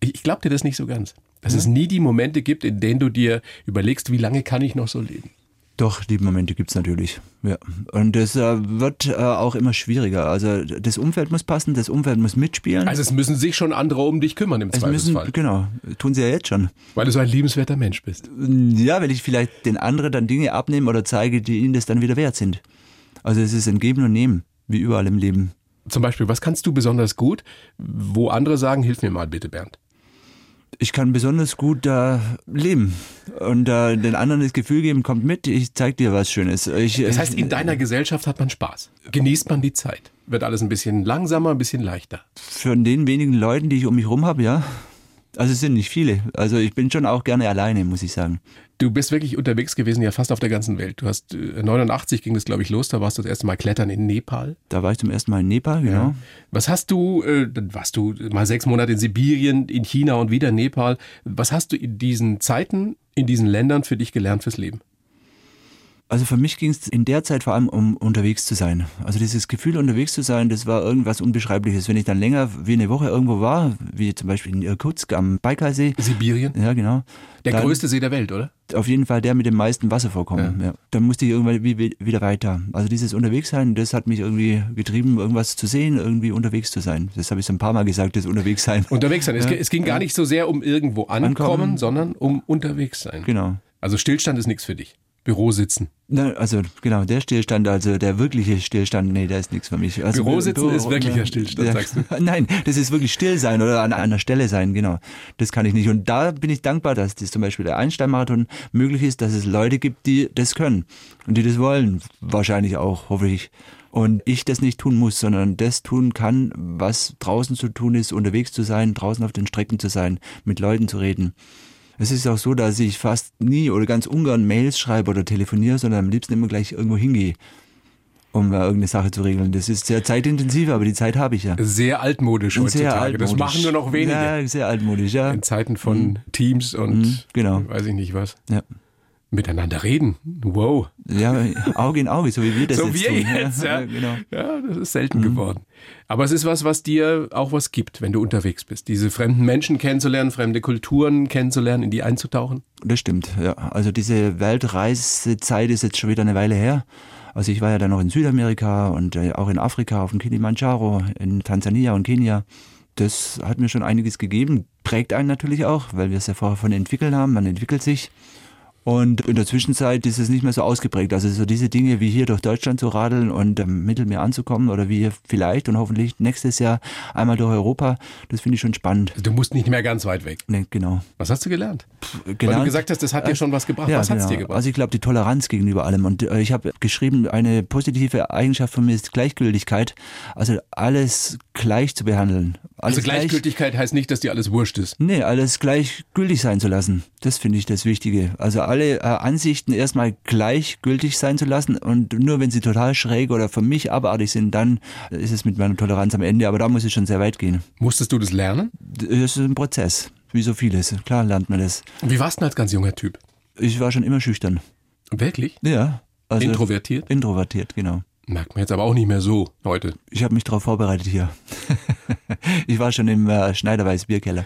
[SPEAKER 3] Ich, ich glaube dir das nicht so ganz. Dass
[SPEAKER 2] Mhm.
[SPEAKER 3] es nie die Momente gibt, in denen du dir überlegst, wie lange kann ich noch so leben.
[SPEAKER 2] Mhm. Doch, die Momente gibt's natürlich. Ja. Und das äh, wird äh, auch immer schwieriger. Also das Umfeld muss passen, das Umfeld muss mitspielen.
[SPEAKER 3] Also es müssen sich schon andere um dich kümmern im
[SPEAKER 2] es müssen,
[SPEAKER 3] Zweifelsfall,
[SPEAKER 2] genau, tun sie ja jetzt schon.
[SPEAKER 3] weil du so ein liebenswerter Mensch bist.
[SPEAKER 2] Ja, weil ich vielleicht den anderen dann Dinge abnehme oder zeige, die ihnen das dann wieder wert sind. Also es ist ein Geben und Nehmen, wie überall im Leben.
[SPEAKER 3] Zum Beispiel, was kannst du besonders gut, wo andere sagen, hilf mir mal bitte, Bernd.
[SPEAKER 2] ich kann besonders gut da leben und äh, den anderen das Gefühl geben, kommt mit, ich zeig dir was Schönes. Ich,
[SPEAKER 3] Das heißt, in deiner Gesellschaft hat man Spaß, genießt man die Zeit, wird alles ein bisschen langsamer, ein bisschen leichter.
[SPEAKER 2] von den wenigen Leuten, die ich um mich rum habe, ja. Also es sind nicht viele. Also ich bin schon auch gerne alleine, muss ich sagen.
[SPEAKER 3] Du bist wirklich unterwegs gewesen, ja fast auf der ganzen Welt. Du hast, äh, 89 ging das glaube ich los, da warst du das erste Mal klettern in Nepal.
[SPEAKER 2] Da war ich zum ersten Mal in Nepal, genau.
[SPEAKER 3] Was hast du, äh, dann warst du mal sechs Monate in Sibirien, in China und wieder in Nepal. Was hast du in diesen Zeiten, in diesen Ländern für dich gelernt fürs Leben?
[SPEAKER 2] Also für mich ging es in der Zeit vor allem um unterwegs zu sein. Also dieses Gefühl unterwegs zu sein, das war irgendwas Unbeschreibliches. Wenn ich dann länger wie eine Woche irgendwo war, wie zum Beispiel in Irkutsk am Baikalsee,
[SPEAKER 3] Sibirien?
[SPEAKER 2] ja genau.
[SPEAKER 3] Der
[SPEAKER 2] dann-
[SPEAKER 3] größte See der Welt, oder?
[SPEAKER 2] auf jeden Fall der mit dem meisten Wasservorkommen. Ja. Dann musste ich irgendwann wie- wie- wieder weiter. Also dieses Unterwegssein, das hat mich irgendwie getrieben, irgendwas zu sehen, irgendwie unterwegs zu sein. Das habe ich so ein paar Mal gesagt, das Unterwegssein.
[SPEAKER 3] Unterwegs sein. Es, ge- es ging gar nicht so sehr um irgendwo ankommen,
[SPEAKER 2] Ankommen.
[SPEAKER 3] sondern um unterwegs sein.
[SPEAKER 2] genau.
[SPEAKER 3] Also Stillstand ist nichts für dich. Büro sitzen.
[SPEAKER 2] Na, also genau, der Stillstand, also der wirkliche Stillstand, nee, der ist nichts für mich. Also,
[SPEAKER 3] Bürositzen ist wirklicher Stillstand, sagst du?
[SPEAKER 2] Nein, das ist wirklich still sein oder an einer Stelle sein, genau. Das kann ich nicht. Und da bin ich dankbar, dass das zum Beispiel der Einstein-Marathon möglich ist, dass es Leute gibt, die das können und die das wollen. Wahrscheinlich auch, hoffe ich. Und ich das nicht tun muss, sondern das tun kann, was draußen zu tun ist, unterwegs zu sein, draußen auf den Strecken zu sein, mit Leuten zu reden. Es ist auch so, dass ich fast nie oder ganz ungern Mails schreibe oder telefoniere, sondern am liebsten immer gleich irgendwo hingehe, um da irgendeine Sache zu regeln. Das ist sehr zeitintensiv, aber die Zeit habe ich ja.
[SPEAKER 3] Sehr altmodisch heutzutage. Das machen nur noch wenige.
[SPEAKER 2] Ja, sehr altmodisch, ja.
[SPEAKER 3] In Zeiten von Teams und
[SPEAKER 2] Mhm, genau.
[SPEAKER 3] weiß ich nicht was.
[SPEAKER 2] Ja,
[SPEAKER 3] Miteinander reden. Wow.
[SPEAKER 2] ja Auge in Auge, so wie wir das
[SPEAKER 3] so
[SPEAKER 2] jetzt
[SPEAKER 3] wir
[SPEAKER 2] tun.
[SPEAKER 3] jetzt, ja.
[SPEAKER 2] Genau. Mhm.
[SPEAKER 3] Ja, das ist selten geworden. Aber es ist was, was dir auch was gibt, wenn du unterwegs bist. Diese fremden Menschen kennenzulernen, fremde Kulturen kennenzulernen, in die einzutauchen.
[SPEAKER 2] Das stimmt, ja. Also diese Weltreisezeit ist jetzt schon wieder eine Weile her. Also ich war ja dann noch in Südamerika und äh, auch in Afrika, auf dem Kilimanjaro, in Tansania und Kenia. Das hat mir schon einiges gegeben, prägt einen natürlich auch, weil wir es ja vorher von entwickeln haben, man entwickelt sich. Und in der Zwischenzeit ist es nicht mehr so ausgeprägt. Also so diese Dinge wie hier durch Deutschland zu radeln und am Mittelmeer anzukommen oder wie hier vielleicht und hoffentlich nächstes Jahr einmal durch Europa, das finde ich schon spannend.
[SPEAKER 3] Du musst nicht mehr ganz weit weg.
[SPEAKER 2] Ne, genau.
[SPEAKER 3] Was hast du gelernt? Weil du
[SPEAKER 2] gelernt- Äh,
[SPEAKER 3] gesagt hast, das hat dir schon was gebracht.
[SPEAKER 2] Ja,
[SPEAKER 3] was hat's
[SPEAKER 2] genau.
[SPEAKER 3] dir gebracht?
[SPEAKER 2] Also ich glaube, die Toleranz gegenüber allem. Und äh, ich habe geschrieben, eine positive Eigenschaft von mir ist Gleichgültigkeit. Also alles gleich zu behandeln. Alles
[SPEAKER 3] also Gleichgültigkeit heißt nicht, dass dir alles wurscht ist.
[SPEAKER 2] Nee, alles gleichgültig sein zu lassen. Das finde ich das Wichtige. Also alle äh, Ansichten erstmal gleichgültig sein zu lassen und nur wenn sie total schräg oder für mich abartig sind, dann ist es mit meiner Toleranz am Ende. Aber da muss ich schon sehr weit gehen.
[SPEAKER 3] Musstest du das lernen?
[SPEAKER 2] Das ist ein Prozess, wie so vieles. Klar lernt man das.
[SPEAKER 3] Wie warst du denn als ganz junger Typ?
[SPEAKER 2] Ich war schon immer schüchtern.
[SPEAKER 3] Wirklich?
[SPEAKER 2] Ja. Also
[SPEAKER 3] Introvertiert?
[SPEAKER 2] Introvertiert, genau.
[SPEAKER 3] Merkt man jetzt aber auch nicht mehr so heute.
[SPEAKER 2] Ich habe mich darauf vorbereitet hier. ich war schon im äh, Schneiderweiß Bierkeller.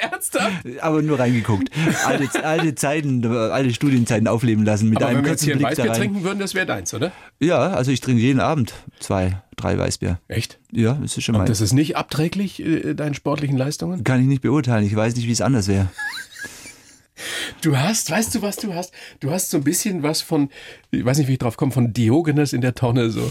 [SPEAKER 3] Ernsthaft?
[SPEAKER 2] Aber nur reingeguckt. Alte, alte Zeiten, äh, alte Studienzeiten aufleben lassen mit
[SPEAKER 3] Aber
[SPEAKER 2] einem
[SPEAKER 3] wenn wir jetzt
[SPEAKER 2] kurzen
[SPEAKER 3] hier ein
[SPEAKER 2] Blick da
[SPEAKER 3] Weißbier
[SPEAKER 2] rein.
[SPEAKER 3] trinken würden, das wäre deins, oder?
[SPEAKER 2] Ja, also ich trinke jeden Abend zwei, drei Weißbier.
[SPEAKER 3] Echt?
[SPEAKER 2] Ja, das ist schon mal.
[SPEAKER 3] Das ist nicht abträglich, äh, deinen sportlichen Leistungen?
[SPEAKER 2] Kann ich nicht beurteilen. Ich weiß nicht, wie es anders wäre.
[SPEAKER 3] Du hast, weißt du, was du hast? Du hast so ein bisschen was von, ich weiß nicht, wie ich drauf komme, von Diogenes in der Tonne so.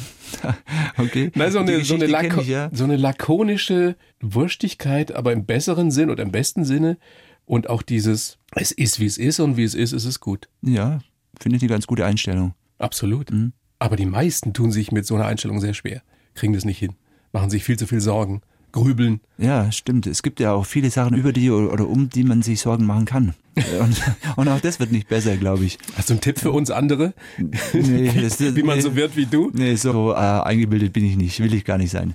[SPEAKER 2] Okay.
[SPEAKER 3] Nein, so
[SPEAKER 2] Die
[SPEAKER 3] eine, so eine,
[SPEAKER 2] Geschichte kenn
[SPEAKER 3] lako
[SPEAKER 2] ich, ja.
[SPEAKER 3] so eine lakonische Wurstigkeit, aber im besseren Sinn oder im besten Sinne. Und auch dieses, es ist, wie es ist und wie es ist, ist es gut.
[SPEAKER 2] Ja, finde ich eine ganz gute Einstellung.
[SPEAKER 3] Absolut.
[SPEAKER 2] Mhm.
[SPEAKER 3] Aber die meisten tun sich mit so einer Einstellung sehr schwer, kriegen das nicht hin, machen sich viel zu viel Sorgen, grübeln.
[SPEAKER 2] Ja, stimmt. Es gibt ja auch viele Sachen, über die oder um die man sich Sorgen machen kann. Und, und auch das wird nicht besser, glaube ich.
[SPEAKER 3] Hast du einen Tipp für uns andere,
[SPEAKER 2] Nee, das-
[SPEAKER 3] wie man
[SPEAKER 2] nee.
[SPEAKER 3] so wird wie du?
[SPEAKER 2] Nee, so äh, eingebildet bin ich nicht. Will ich gar nicht sein.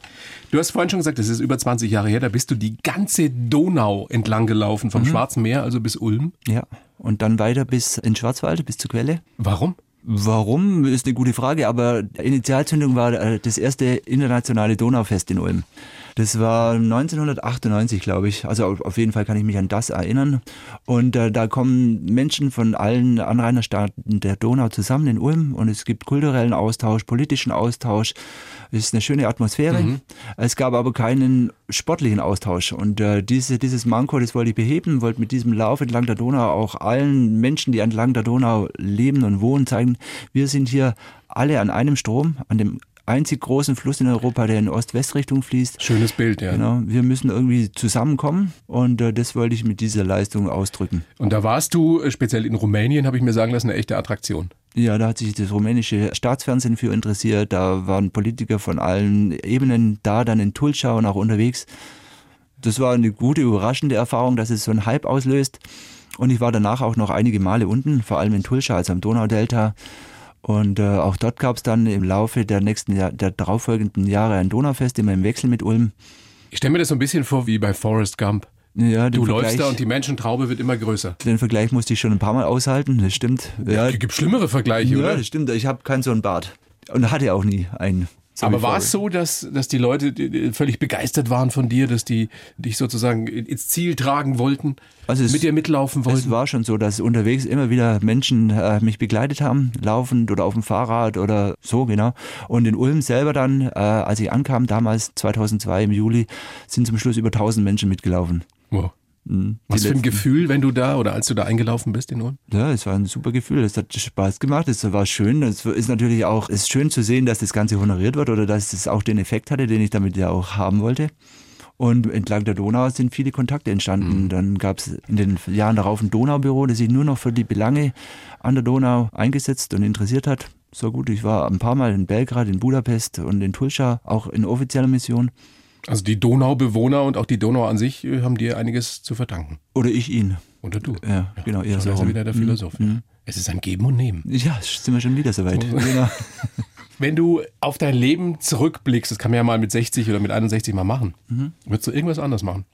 [SPEAKER 3] Du hast vorhin schon gesagt, es ist über 20 Jahre her, da bist du die ganze Donau entlang gelaufen,
[SPEAKER 2] Mhm.
[SPEAKER 3] vom Schwarzen Meer, also bis Ulm.
[SPEAKER 2] Ja. Und dann weiter bis in Schwarzwald, bis zur Quelle.
[SPEAKER 3] Warum?
[SPEAKER 2] Warum ist eine gute Frage, aber Initialzündung war äh, das erste internationale Donaufest in Ulm. Das war 1998, glaube ich. Also auf auf jeden Fall kann ich mich an das erinnern. Und äh, da kommen Menschen von allen Anrainerstaaten der Donau zusammen in Ulm und es gibt kulturellen Austausch, politischen Austausch. Es ist eine schöne Atmosphäre. Es gab aber keinen sportlichen Austausch. Und äh, diese, dieses Manko, das wollte ich beheben, wollte mit diesem Lauf entlang der Donau auch allen Menschen, die entlang der Donau leben und wohnen, zeigen, wir sind hier alle an einem Strom, an dem einzig großen Fluss in Europa, der in Ost-West-Richtung fließt.
[SPEAKER 3] Schönes Bild, ja.
[SPEAKER 2] Genau, wir müssen irgendwie zusammenkommen und äh, das wollte ich mit dieser Leistung ausdrücken.
[SPEAKER 3] Und da warst du, äh, speziell in Rumänien, habe ich mir sagen lassen, eine echte Attraktion.
[SPEAKER 2] Ja, da hat sich das rumänische Staatsfernsehen für interessiert, da waren Politiker von allen Ebenen da, dann in Tulschau und auch unterwegs. Das war eine gute, überraschende Erfahrung, dass es so einen Hype auslöst. Und ich war danach auch noch einige Male unten, vor allem in Tulschau, also am Donaudelta. Und äh, auch dort gab es dann im Laufe der nächsten, Jahr, der darauffolgenden Jahre ein Donaufest, immer im Wechsel mit Ulm.
[SPEAKER 3] Ich stelle mir das so ein bisschen vor wie bei Forrest Gump.
[SPEAKER 2] Ja, den
[SPEAKER 3] Du läufst
[SPEAKER 2] Vergleich-
[SPEAKER 3] da und die Menschentraube wird immer größer.
[SPEAKER 2] Den Vergleich musste ich schon ein paar Mal aushalten, das stimmt. Ja,
[SPEAKER 3] Es gibt schlimmere Vergleiche,
[SPEAKER 2] ja
[SPEAKER 3] oder?
[SPEAKER 2] das stimmt. Ich habe keinen so einen Bart. Und hatte auch nie einen. So
[SPEAKER 3] Aber
[SPEAKER 2] wie
[SPEAKER 3] war
[SPEAKER 2] Forrest.
[SPEAKER 3] es so, dass, dass die Leute die- die völlig begeistert waren von dir, dass die dich sozusagen ins Ziel tragen wollten,
[SPEAKER 2] Also es-
[SPEAKER 3] mit dir mitlaufen
[SPEAKER 2] Es
[SPEAKER 3] wollten?
[SPEAKER 2] war schon so, dass unterwegs immer wieder Menschen äh, mich begleitet haben, laufend oder auf dem Fahrrad oder so, genau. Und in Ulm selber dann, äh, als ich ankam, damals 2002 im Juli, sind zum Schluss über 1000 Menschen mitgelaufen.
[SPEAKER 3] Wow. Was für ein
[SPEAKER 2] letzten.
[SPEAKER 3] Gefühl, wenn du da oder als du da eingelaufen bist in Ulm?
[SPEAKER 2] Ja, es war ein super Gefühl. Es hat Spaß gemacht. Es war schön. Es ist natürlich auch, es ist schön zu sehen, dass das Ganze honoriert wird oder dass es auch den Effekt hatte, den ich damit ja auch haben wollte. Und entlang der Donau sind viele Kontakte entstanden. Dann gab es in den Jahren darauf ein Donaubüro, das sich nur noch für die Belange an der Donau eingesetzt und interessiert hat. So gut, ich war ein paar Mal in Belgrad, in Budapest und in Tulsa, auch in offizieller Mission.
[SPEAKER 3] Also die Donaubewohner und auch die Donau an sich äh, haben dir einiges zu verdanken.
[SPEAKER 2] Oder ich ihn.
[SPEAKER 3] Oder du.
[SPEAKER 2] Ja, genau, Mhm, eher
[SPEAKER 3] Da
[SPEAKER 2] so.
[SPEAKER 3] ist er
[SPEAKER 2] rum.
[SPEAKER 3] wieder der Philosoph. ja. Es ist ein Geben und Nehmen.
[SPEAKER 2] Ja, sind wir schon wieder soweit. Genau.
[SPEAKER 3] Wenn du auf dein Leben zurückblickst, das kann man ja mal mit 60 oder mit 61 mal machen,
[SPEAKER 2] Mhm.
[SPEAKER 3] würdest du irgendwas anders machen?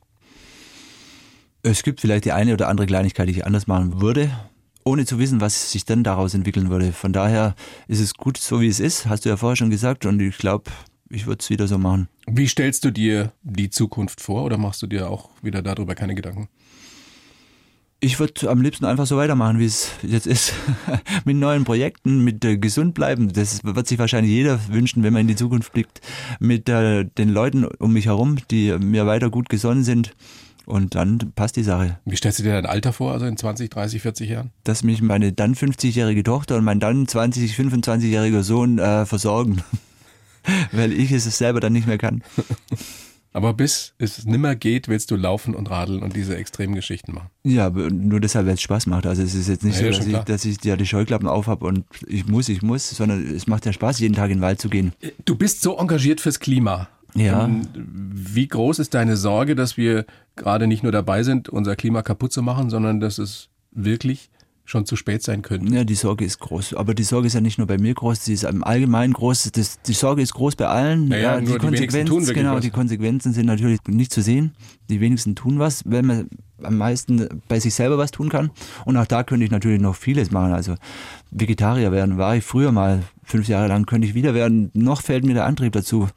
[SPEAKER 2] Es gibt vielleicht die eine oder andere Kleinigkeit, die ich anders machen würde, ohne zu wissen, was sich dann daraus entwickeln würde. Von daher ist es gut, so wie es ist, hast du ja vorher schon gesagt, und ich glaube, ich würde es wieder so machen.
[SPEAKER 3] Wie stellst du dir die Zukunft vor oder machst du dir auch wieder darüber keine Gedanken?
[SPEAKER 2] Ich würde am liebsten einfach so weitermachen, wie es jetzt ist. mit neuen Projekten, mit äh, gesund bleiben. Das wird sich wahrscheinlich jeder wünschen, wenn man in die Zukunft blickt. Mit äh, den Leuten um mich herum, die mir weiter gut gesonnen sind. Und dann passt die Sache.
[SPEAKER 3] Wie stellst du dir dein Alter vor, also in 20, 30, 40 Jahren?
[SPEAKER 2] Dass mich meine dann 50-jährige Tochter und mein dann 20, 25-jähriger Sohn äh, versorgen. Weil ich es selber dann nicht mehr kann.
[SPEAKER 3] Aber bis es nimmer geht, willst du laufen und radeln und diese extremen Geschichten machen.
[SPEAKER 2] Ja, aber nur deshalb, weil es Spaß macht. Also es ist jetzt nicht
[SPEAKER 3] Ja,
[SPEAKER 2] so,
[SPEAKER 3] ja, schon
[SPEAKER 2] dass ich,
[SPEAKER 3] klar.
[SPEAKER 2] dass ich ja die Scheuklappen aufhab und ich muss, ich muss, sondern es macht ja Spaß, jeden Tag in den Wald zu gehen.
[SPEAKER 3] Du bist so engagiert fürs Klima.
[SPEAKER 2] Ja.
[SPEAKER 3] Ähm, Wie groß ist deine Sorge, dass wir gerade nicht nur dabei sind, unser Klima kaputt zu machen, sondern dass es wirklich schon zu spät sein könnte?
[SPEAKER 2] Ja, die Sorge ist groß. Aber die Sorge ist ja nicht nur bei mir groß, sie ist im Allgemeinen groß. Das, die Sorge ist groß bei allen.
[SPEAKER 3] Naja,
[SPEAKER 2] die
[SPEAKER 3] nur die wenigsten tun wirklich
[SPEAKER 2] genau,
[SPEAKER 3] was.
[SPEAKER 2] die Konsequenzen sind natürlich nicht zu sehen. Die wenigsten tun was, wenn man am meisten bei sich selber was tun kann. Und auch da könnte ich natürlich noch vieles machen. Also Vegetarier werden war ich früher mal fünf Jahre lang, könnte ich wieder werden. Noch fällt mir der Antrieb dazu.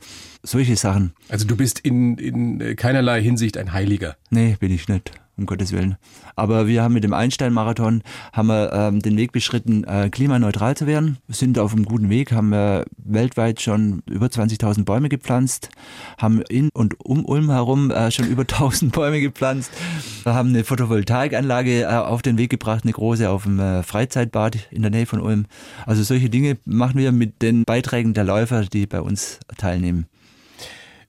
[SPEAKER 2] Solche Sachen.
[SPEAKER 3] Also du bist in, in äh, keinerlei Hinsicht ein Heiliger.
[SPEAKER 2] Nee, bin ich nicht, um Gottes Willen. Aber wir haben mit dem Einstein-Marathon haben wir ähm, den Weg beschritten, äh, klimaneutral zu werden. Sind auf einem guten Weg, haben wir weltweit schon über 20.000 Bäume gepflanzt, haben in und um Ulm herum äh, schon über 1.000 Bäume gepflanzt, wir haben eine Photovoltaikanlage äh, auf den Weg gebracht, eine große auf dem äh, Freizeitbad in der Nähe von Ulm. Also solche Dinge machen wir mit den Beiträgen der Läufer, die bei uns teilnehmen.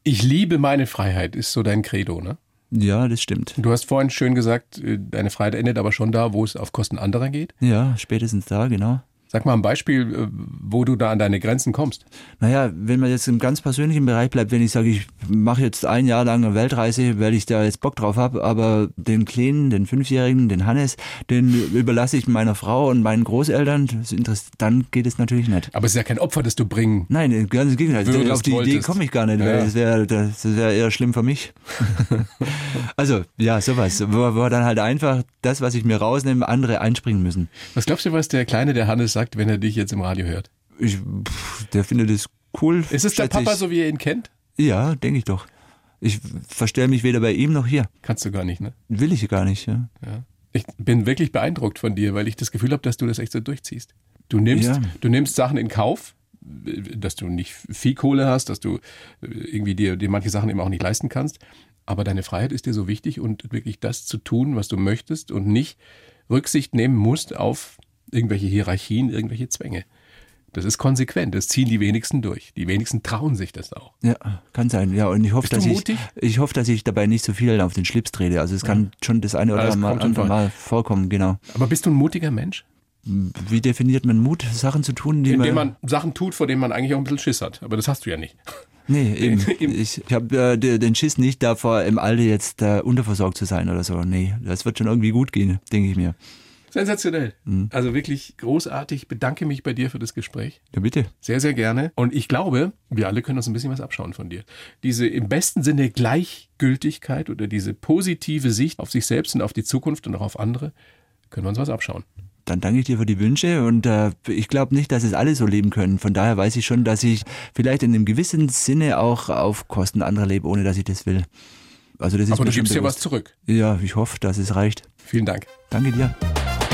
[SPEAKER 3] Ich liebe meine Freiheit, ist so dein Credo, ne?
[SPEAKER 2] Ja, das stimmt.
[SPEAKER 3] Du hast vorhin schön gesagt, äh, deine Freiheit endet aber schon da, wo es auf Kosten anderer geht.
[SPEAKER 2] Ja, spätestens da, genau.
[SPEAKER 3] Sag mal ein Beispiel, äh, wo du da an deine Grenzen kommst.
[SPEAKER 2] Naja, wenn man jetzt im ganz persönlichen Bereich bleibt, wenn ich sage, ich mache jetzt ein Jahr lang eine Weltreise, weil ich da jetzt Bock drauf habe, aber den Kleinen, den Fünfjährigen, den Hannes, den überlasse ich meiner Frau und meinen Großeltern, das ist interess- dann geht es natürlich nicht.
[SPEAKER 3] Aber es ist ja kein Opfer, das du bringen.
[SPEAKER 2] Nein, äh, ganz im Gegenteil.
[SPEAKER 3] Würdest,
[SPEAKER 2] auf die Idee
[SPEAKER 3] wolltest.
[SPEAKER 2] komme ich gar nicht, weil
[SPEAKER 3] Ja.
[SPEAKER 2] das wäre das wäre eher schlimm für mich. also, ja, sowas, wo, wo dann halt einfach das, was ich mir rausnehme, andere einspringen müssen.
[SPEAKER 3] Was glaubst du, was der Kleine, der Hannes, sagt, wenn er dich jetzt im Radio hört?
[SPEAKER 2] Ich, pff, der findet es cool.
[SPEAKER 3] Ist es der
[SPEAKER 2] schätze
[SPEAKER 3] Papa,
[SPEAKER 2] ich.
[SPEAKER 3] so wie er ihn kennt?
[SPEAKER 2] Ja, denke ich doch. Ich verstehe mich weder bei ihm noch hier.
[SPEAKER 3] Kannst du gar nicht, ne?
[SPEAKER 2] Will ich gar nicht. Ja.
[SPEAKER 3] Ja. Ich bin wirklich beeindruckt von dir, weil ich das Gefühl habe, dass du das echt so durchziehst. Du nimmst,
[SPEAKER 2] Ja.
[SPEAKER 3] du nimmst Sachen in Kauf, dass du nicht viel Kohle hast, dass du äh, irgendwie dir, dir manche Sachen eben auch nicht leisten kannst. Aber deine Freiheit ist dir so wichtig und wirklich das zu tun, was du möchtest und nicht Rücksicht nehmen musst auf irgendwelche Hierarchien, irgendwelche Zwänge. Das ist konsequent. Das ziehen die wenigsten durch. Die wenigsten trauen sich das auch.
[SPEAKER 2] ja, kann sein. Ja, und ich hoffe,
[SPEAKER 3] Bist du
[SPEAKER 2] dass ich,
[SPEAKER 3] mutig?
[SPEAKER 2] ich hoffe, dass ich dabei nicht so viel auf den Schlips trete. Also es kann schon das eine
[SPEAKER 3] Ja,
[SPEAKER 2] oder
[SPEAKER 3] das
[SPEAKER 2] mal-
[SPEAKER 3] kommt schon
[SPEAKER 2] andere
[SPEAKER 3] vor.
[SPEAKER 2] Mal vorkommen, genau.
[SPEAKER 3] Aber bist du ein mutiger Mensch?
[SPEAKER 2] Wie definiert man Mut, Sachen zu tun, die
[SPEAKER 3] Indem man Sachen tut, vor denen man eigentlich auch ein bisschen Schiss hat. Aber das hast du ja nicht.
[SPEAKER 2] Nee, eben.
[SPEAKER 3] Eben.
[SPEAKER 2] Ich, ich habe äh, de- den Schiss nicht davor, im Alter jetzt äh, unterversorgt zu sein oder so. Nee, das wird schon irgendwie gut gehen, denke ich mir.
[SPEAKER 3] Sensationell.
[SPEAKER 2] Mhm.
[SPEAKER 3] Also wirklich großartig. Bedanke mich bei dir für das Gespräch.
[SPEAKER 2] Ja, bitte.
[SPEAKER 3] Sehr, sehr gerne. Und ich glaube, wir alle können uns ein bisschen was abschauen von dir. Diese im besten Sinne Gleichgültigkeit oder diese positive Sicht auf sich selbst und auf die Zukunft und auch auf andere, können wir uns was abschauen.
[SPEAKER 2] Dann danke ich dir für die Wünsche und äh, ich glaube nicht, dass es alle so leben können. Von daher weiß ich schon, dass ich vielleicht in einem gewissen Sinne auch auf Kosten anderer lebe, ohne dass ich das will. Also das ist
[SPEAKER 3] Aber
[SPEAKER 2] mir
[SPEAKER 3] du
[SPEAKER 2] schon
[SPEAKER 3] gibst ja was
[SPEAKER 2] bewusst.
[SPEAKER 3] zurück.
[SPEAKER 2] Ja, ich hoffe, dass es reicht.
[SPEAKER 3] Vielen Dank.
[SPEAKER 2] Danke dir.